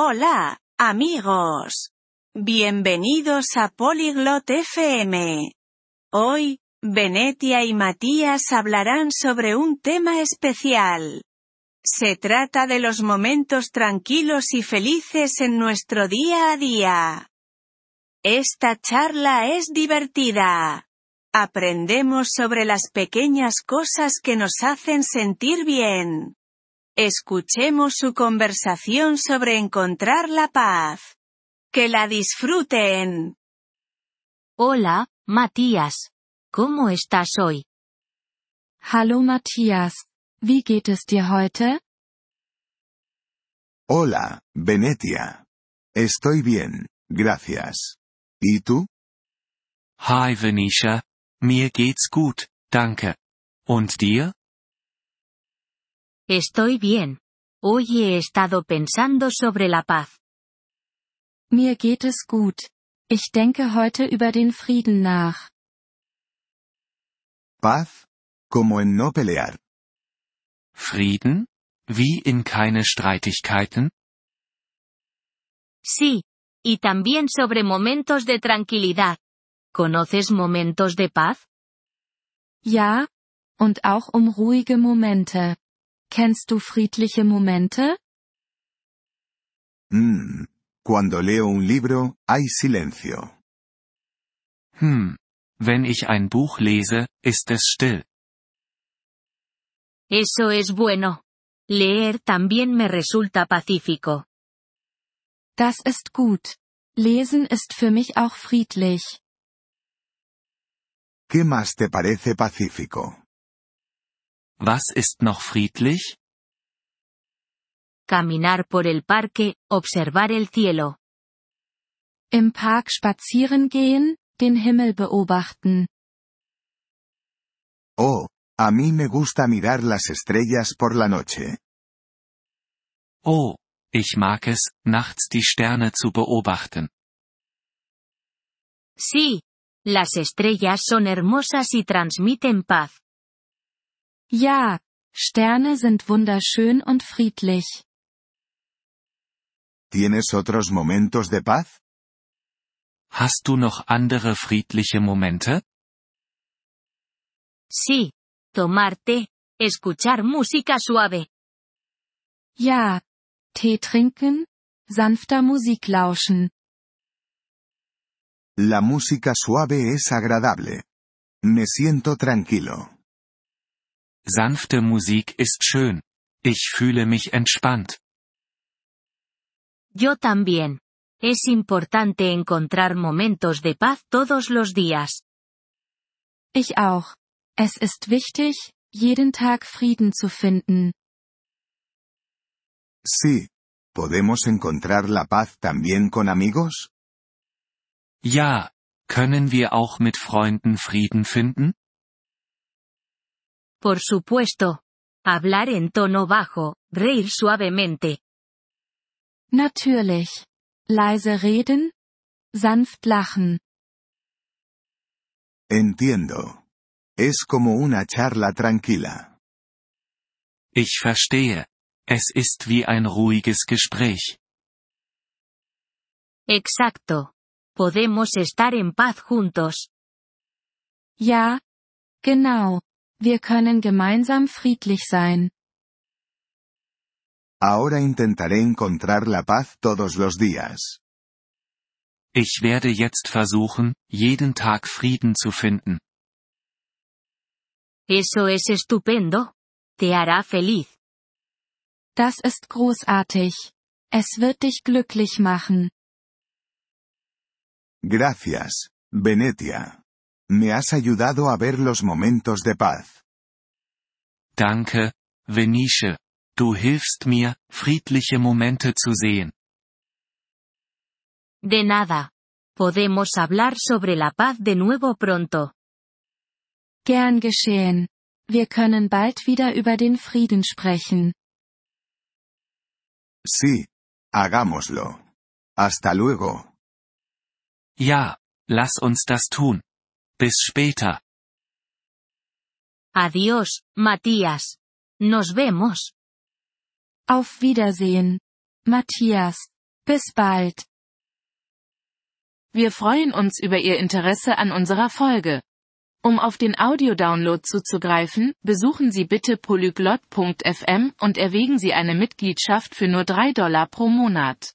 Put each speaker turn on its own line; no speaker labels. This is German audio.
Hola, amigos. Bienvenidos a Polyglot FM. Hoy, Venetia y Matías hablarán sobre un tema especial. Se trata de los momentos tranquilos y felices en nuestro día a día. Esta charla es divertida. Aprendemos sobre las pequeñas cosas que nos hacen sentir bien. Escuchemos su conversación sobre encontrar la paz. Que la disfruten.
Hola, Matías. ¿Cómo estás hoy?
Hallo Matthias. Wie geht es dir heute?
Hola, Venetia. Estoy bien, gracias. ¿Y tú?
Hi Venetia. Mir geht's gut, danke. Und dir?
Estoy bien. Hoy he estado pensando sobre la paz.
Mir geht es gut. Ich denke heute über den Frieden nach.
Paz. Como en no pelear.
Frieden? Wie in keine Streitigkeiten?
Sí. Y también sobre momentos de tranquilidad. ¿Conoces momentos de paz?
Ja? Und auch um ruhige Momente. Kennst du friedliche Momente?
Mm. Cuando leo un libro, hay silencio.
Hm. Wenn ich ein Buch lese, ist es still.
Eso es bueno. Leer también me resulta pacífico.
Das ist gut. Lesen ist für mich auch friedlich.
¿Qué más te parece pacífico?
Was ist noch friedlich?
Caminar por el parque, observar el cielo.
Im Park spazieren gehen, den Himmel beobachten.
Oh, a mí me gusta mirar las estrellas por la noche.
Oh, ich mag es, nachts die Sterne zu beobachten.
Sí. Las estrellas son hermosas y transmiten paz.
Ja, Sterne sind wunderschön und friedlich.
¿Tienes otros momentos de paz?
Hast du noch andere friedliche Momente?
Sí. Tomar té, escuchar música suave.
Ja, Tee trinken, sanfter Musik lauschen.
La música suave es agradable. Me siento tranquilo.
Sanfte Musik ist schön. Ich fühle mich entspannt.
Yo también. Es importante encontrar momentos de paz todos los días.
Ich auch. Es ist wichtig, jeden Tag Frieden zu finden.
Sí. ¿Podemos encontrar la paz también con amigos?
Ja, können wir auch mit Freunden Frieden finden?
Por supuesto. Hablar en tono bajo, reír suavemente.
Natürlich. Leise reden, sanft lachen.
Entiendo. Es como una charla tranquila.
Ich verstehe. Es ist wie ein ruhiges Gespräch.
Exacto. Podemos estar en paz juntos.
Ja, genau. Wir können gemeinsam friedlich sein.
Ahora intentaré encontrar la paz todos los días.
Ich werde jetzt versuchen, jeden Tag Frieden zu finden.
Eso es estupendo. Te hará feliz.
Das ist großartig. Es wird dich glücklich machen.
Gracias, Venetia. Me has ayudado a ver los momentos de paz.
Danke, Venice. Du hilfst mir, friedliche Momente zu sehen.
De nada. Podemos hablar sobre la paz de nuevo pronto.
Gern geschehen. Wir können bald wieder über den Frieden sprechen.
Sí. Hagámoslo. Hasta luego.
Ja, lass uns das tun. Bis später.
Adiós, Matías. Nos vemos.
Auf Wiedersehen. Matthias.
Bis bald.
Wir freuen uns über Ihr Interesse an unserer Folge. Um auf den Audiodownload zuzugreifen, besuchen Sie bitte polyglot.fm und erwägen Sie eine Mitgliedschaft für nur 3 Dollar pro Monat.